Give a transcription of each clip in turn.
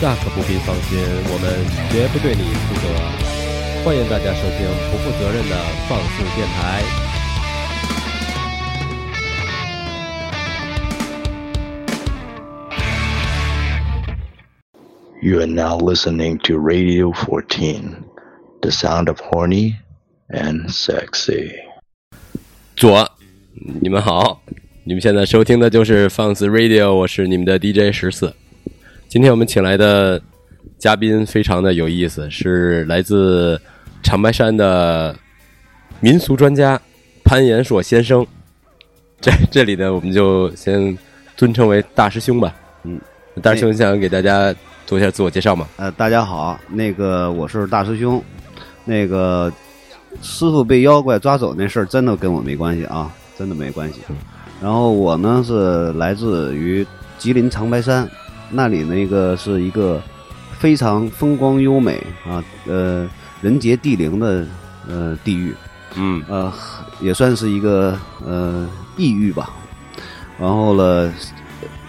那可不必放心，我们绝不对你负责。欢迎大家收听不负责任的放肆电台。 You are now listening to Radio 14, the sound of horny and sexy. 左，你们好，你们现在收听的就是放肆 Radio，我是你们的 DJ 十四。今天我们请来的嘉宾非常的有意思，是来自长白山的民俗专家潘延硕先生。这 这里呢，我们就先尊称为大师兄吧。嗯，大师兄想给大家做一下自我介绍嘛？呃，大家好，那个我是大师兄，那个师傅被妖怪抓走那事儿真的跟我没关系啊，真的没关系。然后我呢是来自于吉林长白山，那里那个是一个非常风光优美啊，呃，人杰地灵的呃地域，嗯，呃，也算是一个呃抑郁吧。然后呢，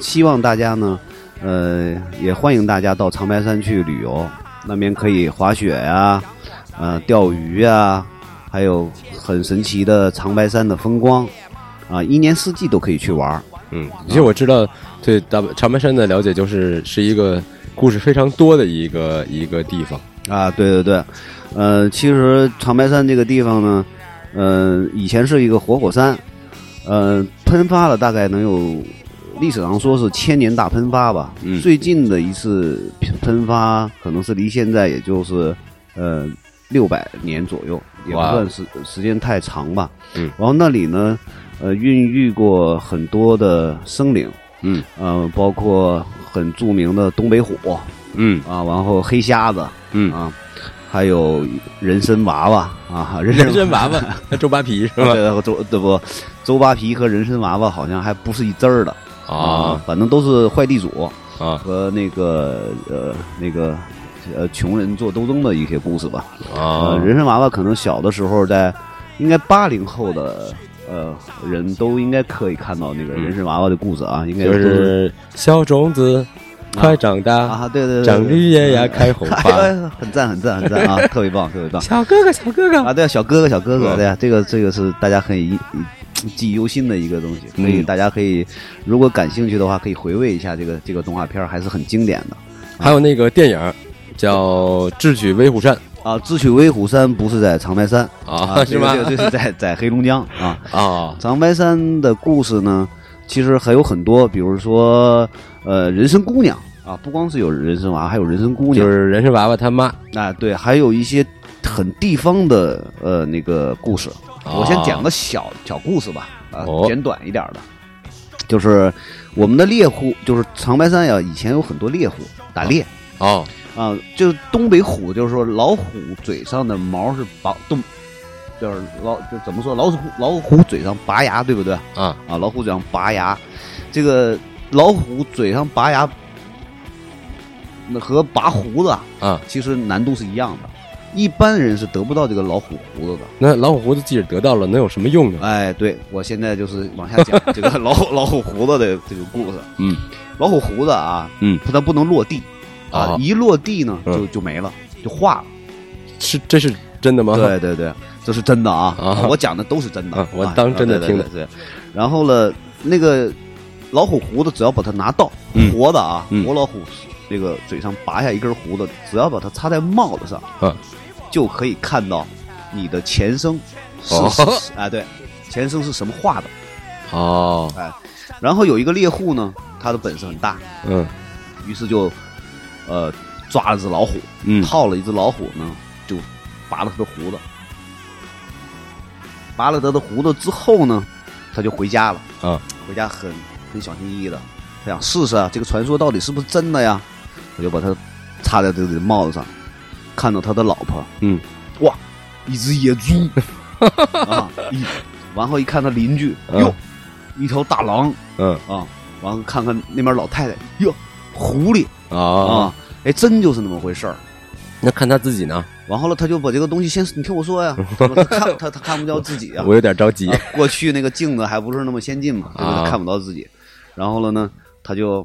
希望大家呢，呃，也欢迎大家到长白山去旅游，那边可以滑雪呀、呃，钓鱼呀、还有很神奇的长白山的风光，啊、一年四季都可以去玩儿。嗯，其实我知道对大长白山的了解，就是是一个故事非常多的一个一个地方。啊，对对对，呃，其实长白山这个地方呢，呃，以前是一个活火山，呃，喷发了大概能有历史上说是千年大喷发吧。嗯最近的一次喷发可能是离现在也就是呃六百年左右，也不哇哦算时时间太长吧。嗯，然后那里呢，呃，孕育过很多的生灵，嗯呃，包括很著名的东北虎嗯啊，然后黑瞎子。嗯，啊，还有人参娃娃啊，人参人参娃娃、周扒皮是吧？对和周对不，周扒皮和人参娃娃好像还不是一支儿的啊反正都是坏地主啊和那个呃那个呃穷人做斗争的一些故事吧。呃，啊！人参娃娃可能小的时候在应该八零后的。呃，人都应该可以看到那个人参娃娃的故事啊，应该嗯就都是小种子快长大，啊，对对对，长绿叶呀，嗯开红哎花。呦 很赞很赞很赞啊，特别棒特别棒。小哥哥，小哥哥， 啊，对啊，小哥哥，小哥哥，嗯对啊，这个这个是大家很一一记忆犹新的一个东西，所以嗯大家可以如果感兴趣的话，可以回味一下这个这个动画片儿，还是很经典的还有那个电影叫《智取威虎山啊。智取威虎山不是在长白山》啊， 是这吗个？这个这是在在黑龙江啊。啊，长白山的故事呢，其实还有很多，比如说呃，人参姑娘啊，不光是有人参娃，还有人参姑就娘是人参娃娃他妈。啊，对，还有一些很地方的呃那个故事。啊我先讲个个小小故事吧，啊哦，简短一点的，就是我们的猎户，就是长白山呀，以前有很多猎户打猎哦，啊，就是东北虎，就是说老虎嘴上的毛是拔动，就是老就怎么说，老虎老虎嘴上拔牙，对不对？啊啊，老虎嘴上拔牙，这个老虎嘴上拔牙，那和拔胡子啊，其实难度是一样的，一般人是得不到这个老虎胡子的。那老虎胡子即使得到了，能有什么用呢？哎，对，我现在就是往下讲这个老虎老虎胡子的这个故事。嗯，老虎胡子啊，嗯，它不能落地啊啊，一落地呢嗯就就没了，就化了。是这是真的吗？对对对，这是真的啊啊，我讲的都是真的哎啊，我当真的听的的。对对对然后呢，那个老虎胡子只要把它拿到嗯活的啊嗯，活老虎那个嘴上拔下一根胡子，只要把它插在帽子上啊，就可以看到你的前生是哦是啊，对，前生是什么画的。 哦，哎然后有一个猎户呢，他的本事很大，嗯于是就呃抓了只老虎，嗯套了一只老虎呢，就拔了他的胡子。拔了他的胡子之后呢，他就回家了。啊，回家很很小心翼翼的，他想试试啊，这个传说到底是不是真的呀？我就把它插在这个帽子上，看到他的老婆，嗯，哇，一只野 猪啊，一，然后一看他邻居，嗯哟，一条大狼，嗯啊，然后看看那边老太太，哟，狐狸啊，啊，哎，真就是那么回事儿。那看他自己呢，然后呢，他就把这个东西先，你听 我说呀，他看他他看不到自己啊，我有点着急啊。过去那个镜子还不是那么先进嘛，对不啊对？看不到自己。然后了呢，他就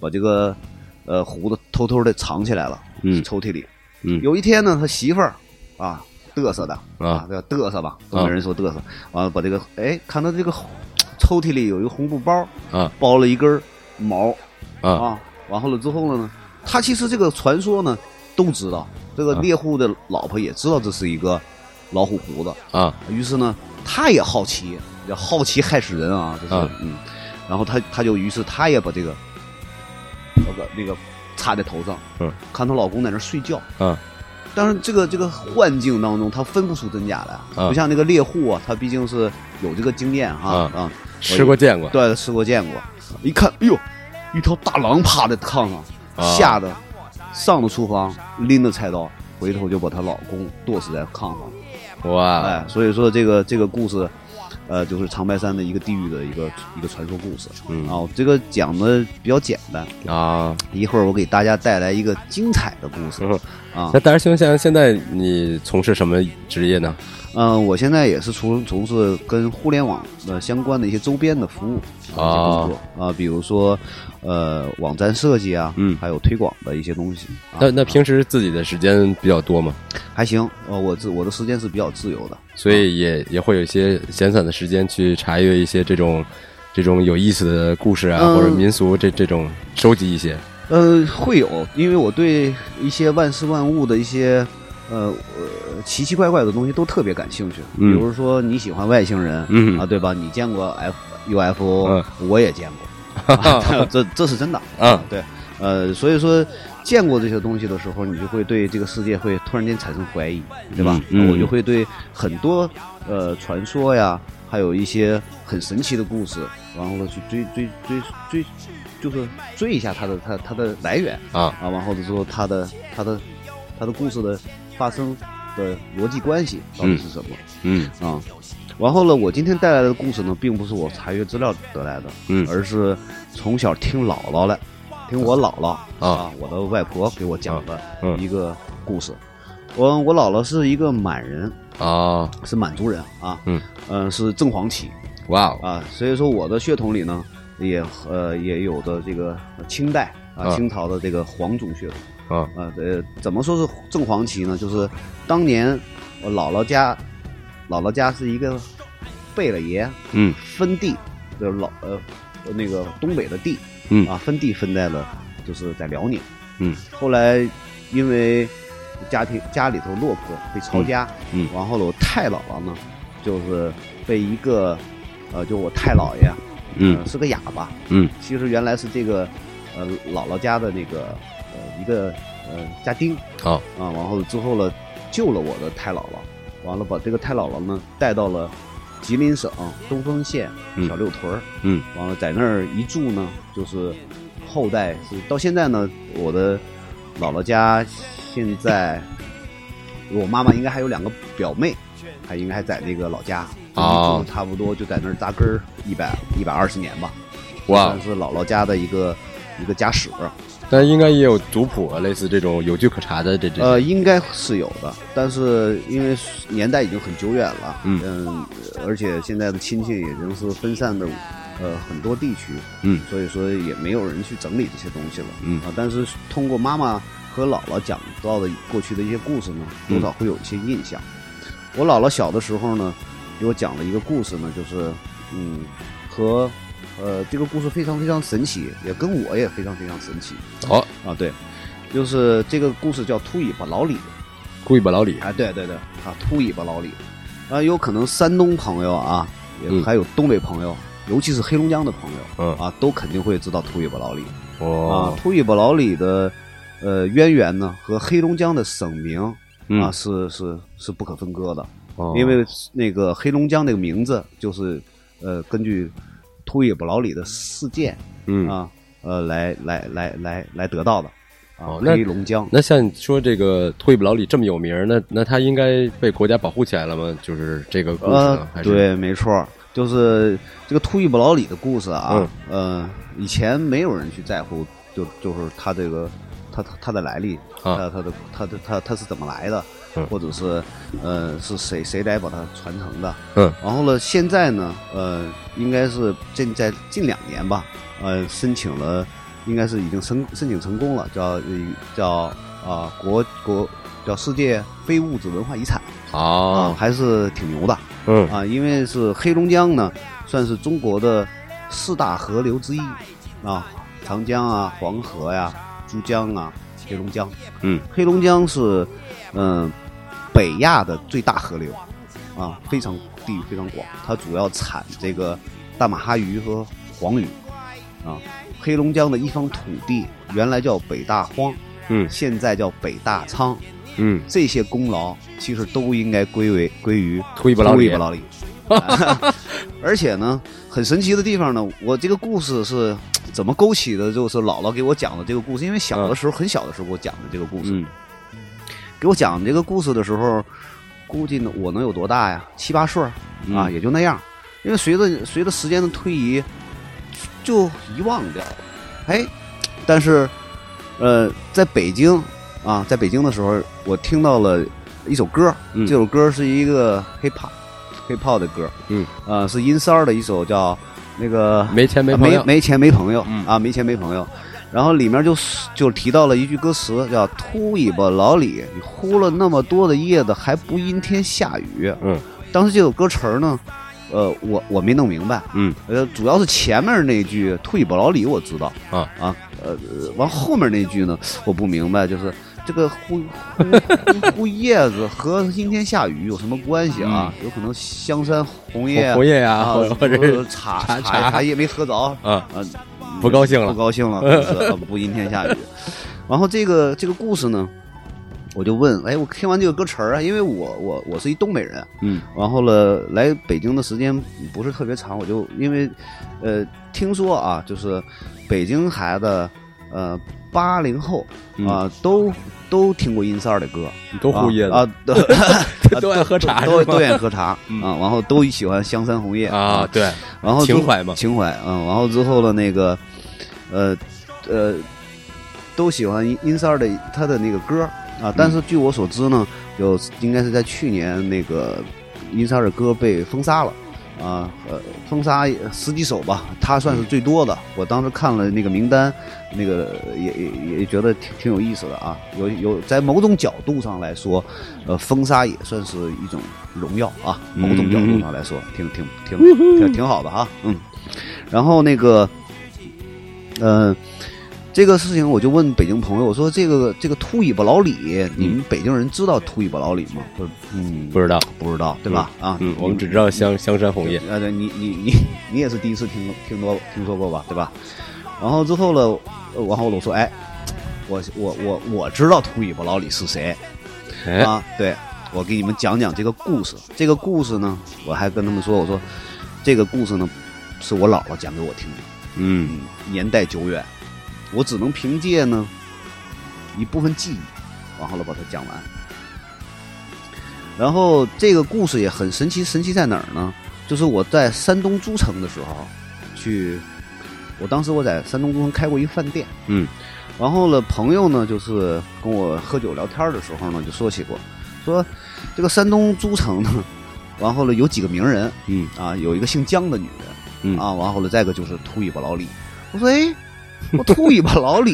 把这个呃胡子偷偷的藏起来了，嗯抽屉里。嗯有一天呢，他媳妇儿啊嘚瑟的啊叫嘚瑟吧，东北人说嘚瑟，完了把这个哎看到这个抽屉里有一个红布包，啊包了一根毛啊啊，完后了之后呢，他其实这个传说呢都知道，这个啊猎户的老婆也知道这是一个老虎胡子，啊于是呢，他也好奇，叫好奇害死人啊，这是、啊嗯，然后他他就于是他也把这个那个那个插在头上，嗯，看她老公在那儿睡觉，啊但是这个这个幻境当中，他分不出真假来，啊不像那个猎户啊，他毕竟是有这个经验哈啊啊吃过见过对，吃过见过，一看，哎呦，一条大狼趴在炕上，啊吓得上了厨房，拎着菜刀，回头就把她老公剁死在炕上。哇哎，所以说这个这个故事，呃，就是长白山的一个地域的一个一个传说故事。嗯啊，这个讲的比较简单，啊！一会儿我给大家带来一个精彩的故事嗯啊那。大师兄，像现在你从事什么职业呢？嗯、我现在也是从从事跟互联网的相关的一些周边的服务啊啊一些工作啊，比如说呃网站设计啊，哦嗯还有推广的一些东西。啊、那那啊平时自己的时间比较多吗？还行，呃，我自我的时间是比较自由的。所以也也会有一些闲散的时间去查阅一些这种这种有意思的故事啊，嗯或者民俗这这种收集一些呃，会有，因为我对一些万事万物的一些呃呃奇奇怪怪的东西都特别感兴趣。嗯比如说你喜欢外星人，嗯啊，对吧？你见过 F UFO，、我也见 过， 啊这这是真的。啊 对，呃，所以说见过这些东西的时候，你就会对这个世界会突然间产生怀疑，对吧？嗯嗯我就会对很多呃传说呀，还有一些很神奇的故事，然后呢去追追追追，就是追一下它的它它的来源啊啊，然后之后它的它的它的故事的发生的逻辑关系到底是什么？嗯啊。然后呢，我今天带来的故事呢，并不是我查阅资料得来的，嗯而是从小听姥姥来，听我姥姥啊我的外婆给我讲的嗯一个故事。我我姥姥是一个满人，啊是满族人啊，嗯呃，是正黄旗哇哦啊，所以说我的血统里呢，也呃也有着这个清代啊啊清朝的这个皇族血统。啊呃呃，怎么说是正黄旗呢？就是当年我姥姥家，姥姥家是一个贝勒爷嗯分地，就是老呃那个东北的地，嗯啊分地分在了就是在辽宁，嗯，后来因为家庭家里头落魄被抄家，嗯嗯然后呢我太姥姥呢就是被一个呃就我太姥爷，嗯呃是个哑巴，嗯其实原来是这个呃姥姥家的那个呃一个呃家丁好啊，然后之后呢救了我的太姥姥，完了把这个太姥姥呢带到了吉林省东丰县嗯小六屯儿，嗯完了在那儿一住呢，就是后代是到现在呢，我的姥姥家现在我妈妈应该还有两个表妹，还应该还在那个老家。哦就是差不多就在那儿扎根儿一百一百二十年吧。哇算哦，是姥姥家的一个一个家史，但应该也有族谱啊，类似这种有据可查的这这呃，些应该是有的，但是因为年代已经很久远了，嗯而且现在的亲戚已经是分散的，呃，很多地区，嗯所以说也没有人去整理这些东西了，嗯啊，但是通过妈妈和姥姥讲到的过去的一些故事呢，多少会有一些印象。我姥姥小的时候呢，给我讲了一个故事呢，就是嗯，和呃这个故事非常非常神奇，也跟我也非常非常神奇哦，啊，对，就是这个故事叫秃尾巴老李故意把老李啊，对对对啊，秃尾巴老李啊，有可能山东朋友啊，也嗯还有东北朋友，尤其是黑龙江的朋友，嗯啊，都肯定会知道秃尾巴老李。啊哦，秃尾巴老李的呃渊源呢，和黑龙江的省名嗯啊、是是是不可分割的，哦因为那个黑龙江那个名字就是呃根据秃尾巴老李的事件嗯啊呃来来来来来得到的啊、哦那黑龙江。那像你说这个秃尾巴老李这么有名儿，那那他应该被国家保护起来了吗？就是这个故事呢呃，还是啊对，没错儿，就是这个秃尾巴老李的故事啊，嗯呃，以前没有人去在乎，就就是他这个他他他的来历，啊他他的他的他他是怎么来的，嗯或者是呃是谁谁来把它传承的，嗯，然后呢，现在呢，呃，应该是近在近两年吧，呃，申请了应该是已经申申请成功了，叫叫啊、国国叫世界非物质文化遗产啊、好，还是挺牛的嗯啊，因为是黑龙江呢，算是中国的四大河流之一啊，长江啊、黄河呀、珠江啊、黑龙江。嗯，黑龙江是嗯、北亚的最大河流啊，非常地域非常广，它主要产这个大马哈鱼和黄鱼啊。黑龙江的一方土地原来叫北大荒，嗯现在叫北大仓，嗯，这些功劳其实都应该归为归于秃尾巴老秃李尾巴老李。 而且呢，很神奇的地方呢，我这个故事是怎么勾起的？就是姥姥给我讲的这个故事，因为小的时候、很小的时候给我讲的这个故事，嗯给我讲这个故事的时候，估计呢我能有多大呀？七八岁儿嗯啊，也就那样。因为随着随着时间的推移，就遗忘掉了。哎，但是，呃，在北京啊，在北京的时候，我听到了一首歌，嗯这首歌是一个 hip hop hip hop 的歌，嗯，呃，是殷三儿的一首叫那个没钱没啊朋没友，没钱没朋友、嗯啊，没钱没朋友。然后里面就是就提到了一句歌词，叫“秃尾巴老李，你呼了那么多的叶子，还不阴天下雨。”嗯，当时这首歌词儿呢，呃，我我没弄明白，嗯，呃，主要是前面那句“秃尾巴老李”我知道啊啊，呃，完后面那句呢，我不明白，就是这个呼呼呼呼叶子和阴天下雨有什么关系啊？有可能香山红叶嗯红叶呀，啊或或者是茶茶茶茶茶叶没喝着，啊，啊，不高兴了不高兴 了，就是啊不阴天下雨。然后这个这个故事呢，我就问，哎，我听完这个歌词儿啊，因为我我我是一东北人，嗯，然后呢，来北京的时间不是特别长，我就因为，呃，听说啊，就是北京孩子，呃，八零后啊、都都听过殷三儿的歌，嗯你嗯都呼叶啊子，啊，都都爱 喝茶都是都吗？愿意喝茶、嗯啊，然后都喜欢香山红叶啊，对，然后之后情怀嘛情怀，嗯，然后之后了那个，呃，呃，都喜欢殷殷三儿的他的那个歌啊，但是据我所知呢，有应该是在去年那个殷三儿的歌被封杀了。啊，呃，封杀十几首吧，他算是最多的。我当时看了那个名单，那个也也也觉得挺挺有意思的啊。有有，在某种角度上来说，呃，封杀也算是一种荣耀啊。某种角度上来说，挺挺挺挺挺好的哈、嗯。然后那个，呃，这个事情我就问北京朋友，我说这个这个秃尾巴老李，你们北京人知道秃尾巴老李吗？他说嗯，嗯不知道，不知道，对吧？啊，嗯，我们只知道道香香山红叶，啊，对你你你你也是第一次听听多听说过吧，对吧？然后之后了，呃然后我说，哎，我我我我知道秃尾巴老李是谁，哎，啊，对，我给你们讲讲这个故事。这个故事呢，我还跟他们说，我说这个故事呢，是我姥姥讲给我听的，嗯年代久远，我只能凭借呢一部分记忆，然后呢把它讲完。然后这个故事也很神奇，神奇在哪儿呢？就是我在山东诸城的时候，去，我当时我在山东诸城开过一饭店，嗯然后呢，朋友呢，就是跟我喝酒聊天的时候呢，就说起过，说这个山东诸城呢， 然后呢有几个名人嗯啊，有一个姓姜的女人，嗯啊，然后呢再一个就是秃尾巴老李。我说，哎，我秃尾巴老 李，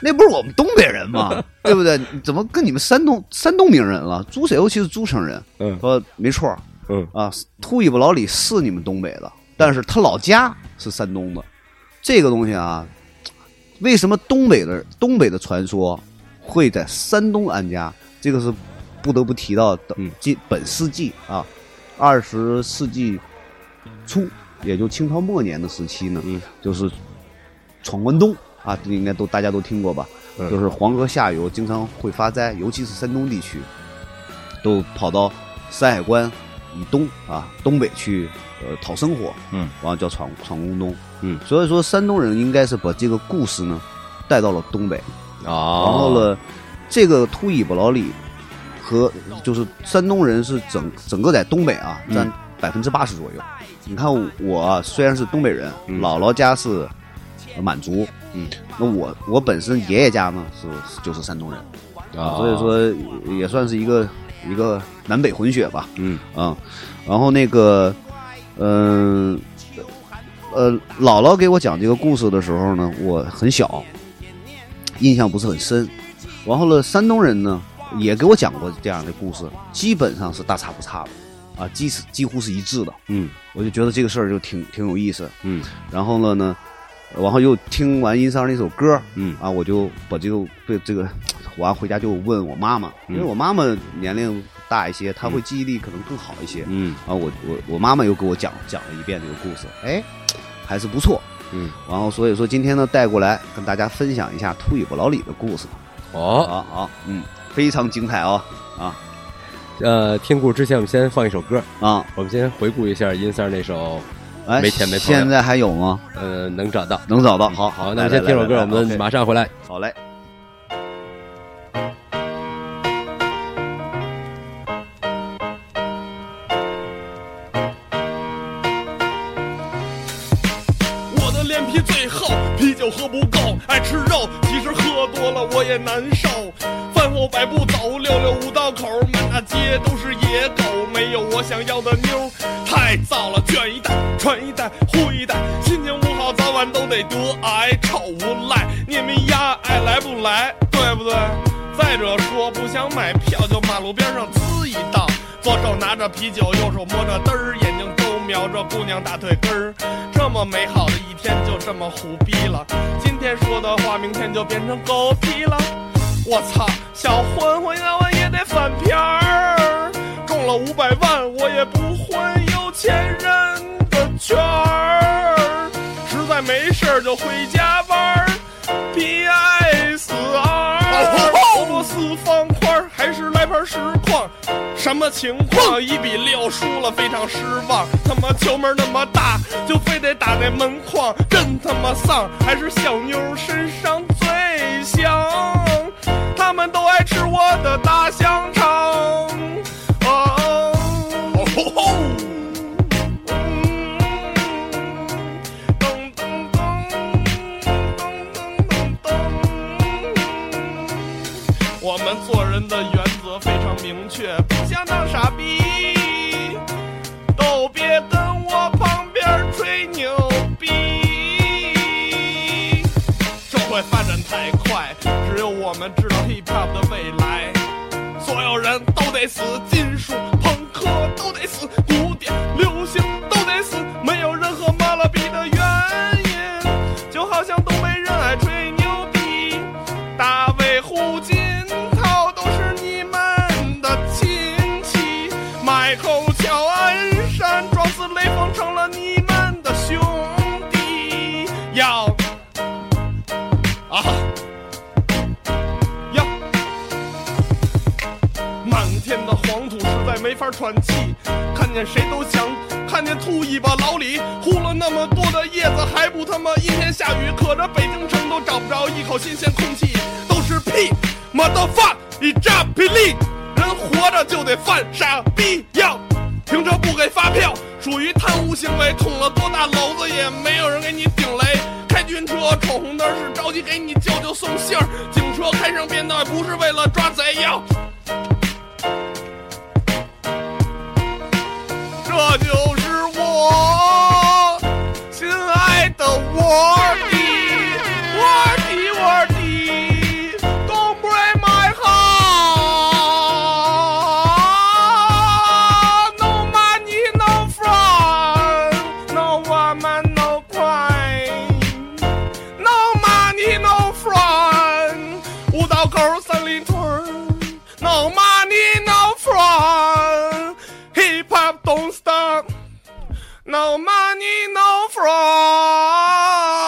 那不是我们东北人吗？对不对？怎么跟你们山东山东名人了？朱尤其是诸城人，嗯说没错儿嗯，啊，秃尾巴老李是你们东北的，但是他老家是山东的。这个东西啊，为什么东北的东北的传说会在山东安家？这个是不得不提到的嗯，这本世纪啊，二十世纪初，也就清朝末年的时期呢，嗯就是闯关东啊，这应该都大家都听过吧？嗯就是黄河下游经常会发灾，尤其是山东地区，都跑到山海关以东啊东北去呃讨生活，嗯，然后叫闯闯关东，嗯所以说山东人应该是把这个故事呢带到了东北，然哦，后，呢，这个秃尾巴老李和就是山东人是整整个在东北啊嗯占百分之八十左右。你看我啊虽然是东北人，嗯姥姥家是满族，嗯，那我我本身爷爷家呢是就是山东人，啊，所以，说也算是一个一个南北混血吧。嗯啊、然后那个，嗯、呃，呃，姥姥给我讲这个故事的时候呢，我很小，印象不是很深。然后呢，山东人呢也给我讲过这样的故事，基本上是大差不差的，啊，几是几乎是一致的。嗯我就觉得这个事儿就挺挺有意思。嗯然后了呢，然后又听完殷商那首歌，嗯啊，我就把这个被这个，我要回家就问我妈妈，因为嗯我妈妈年龄大一些，她会记忆力可能更好一些。嗯啊，我我我妈妈又给我讲讲了一遍这个故事，哎，还是不错。嗯，然后所以说今天呢带过来跟大家分享一下秃尾巴老李的故事。好哦，好，嗯，非常精彩啊呃，听故之前我们先放一首歌，啊！我们先回顾一下殷三儿那首，哎，没钱没朋友现在还有吗？呃，能找到。能找到？好好，好，那我们来先听首歌，来我来来们 OK 马上回来。好嘞。我的脸皮最厚，啤酒喝不够，爱吃肉，其实喝多了我也难受。饭后百步走，六六五道口，满大街都是野狗，没有我想要的妞儿，太燥了，卷一袋，传一袋，呼一袋，心情不好早晚都得得癌，臭无赖，你们丫爱来不来，对不对？再者说，不想买票就马路边上呲一道，左手拿着啤酒，右手摸着嘚儿，眼睛都瞄着姑娘大腿根儿。这么美好的一天就这么胡逼了，今天说的话明天就变成狗屁了。我操，小混混要完也得翻篇儿，中了五百万我也不混有钱人的圈儿，实在没事儿就回家玩儿。PSR，俄罗斯方块儿还是来盘实况，什么情况？一比六输了，非常失望。他妈球门那么大，就非得打那门框，真他妈丧！还是小妞身上最香，他们都爱吃我的大香肠。哦哦吼吼嗯噔噔噔噔噔噔噔噔，我们做人的原则非常明确，不想当傻逼，都别跟我旁边吹牛逼。社会发展太快，只有我们知道 hip hop 的未来。所有人都得死，金属、朋克都得死，古典、流行都得死，没有任何妈了逼的原因。就好像东北人爱吹牛逼，大卫、胡锦涛都是你们的亲戚，迈克尔乔安山、撞死雷锋成了你们的兄弟。要啊！要。满天的黄土实在没法喘气，看见谁都想看见秃尾巴老李，呼了那么多的叶子还不他妈阴天下雨，可这北京城都找不着一口新鲜空气，都是屁，妈的饭一炸霹雳，人活着就得犯傻逼，要停车不给发票，属于贪污行为，捅了多大篓子也没有人给你顶雷。开军车闯红灯是着急给你舅舅送信儿，警车开上便道也不是为了抓贼，要。这就是我，亲爱的我的，我的，我的，Don't break my heart. No money, no friend, no woman, no crime. No money, no friend，五道口三里屯儿。No money, no friend，Hip Hop don't stop。No money, no friend。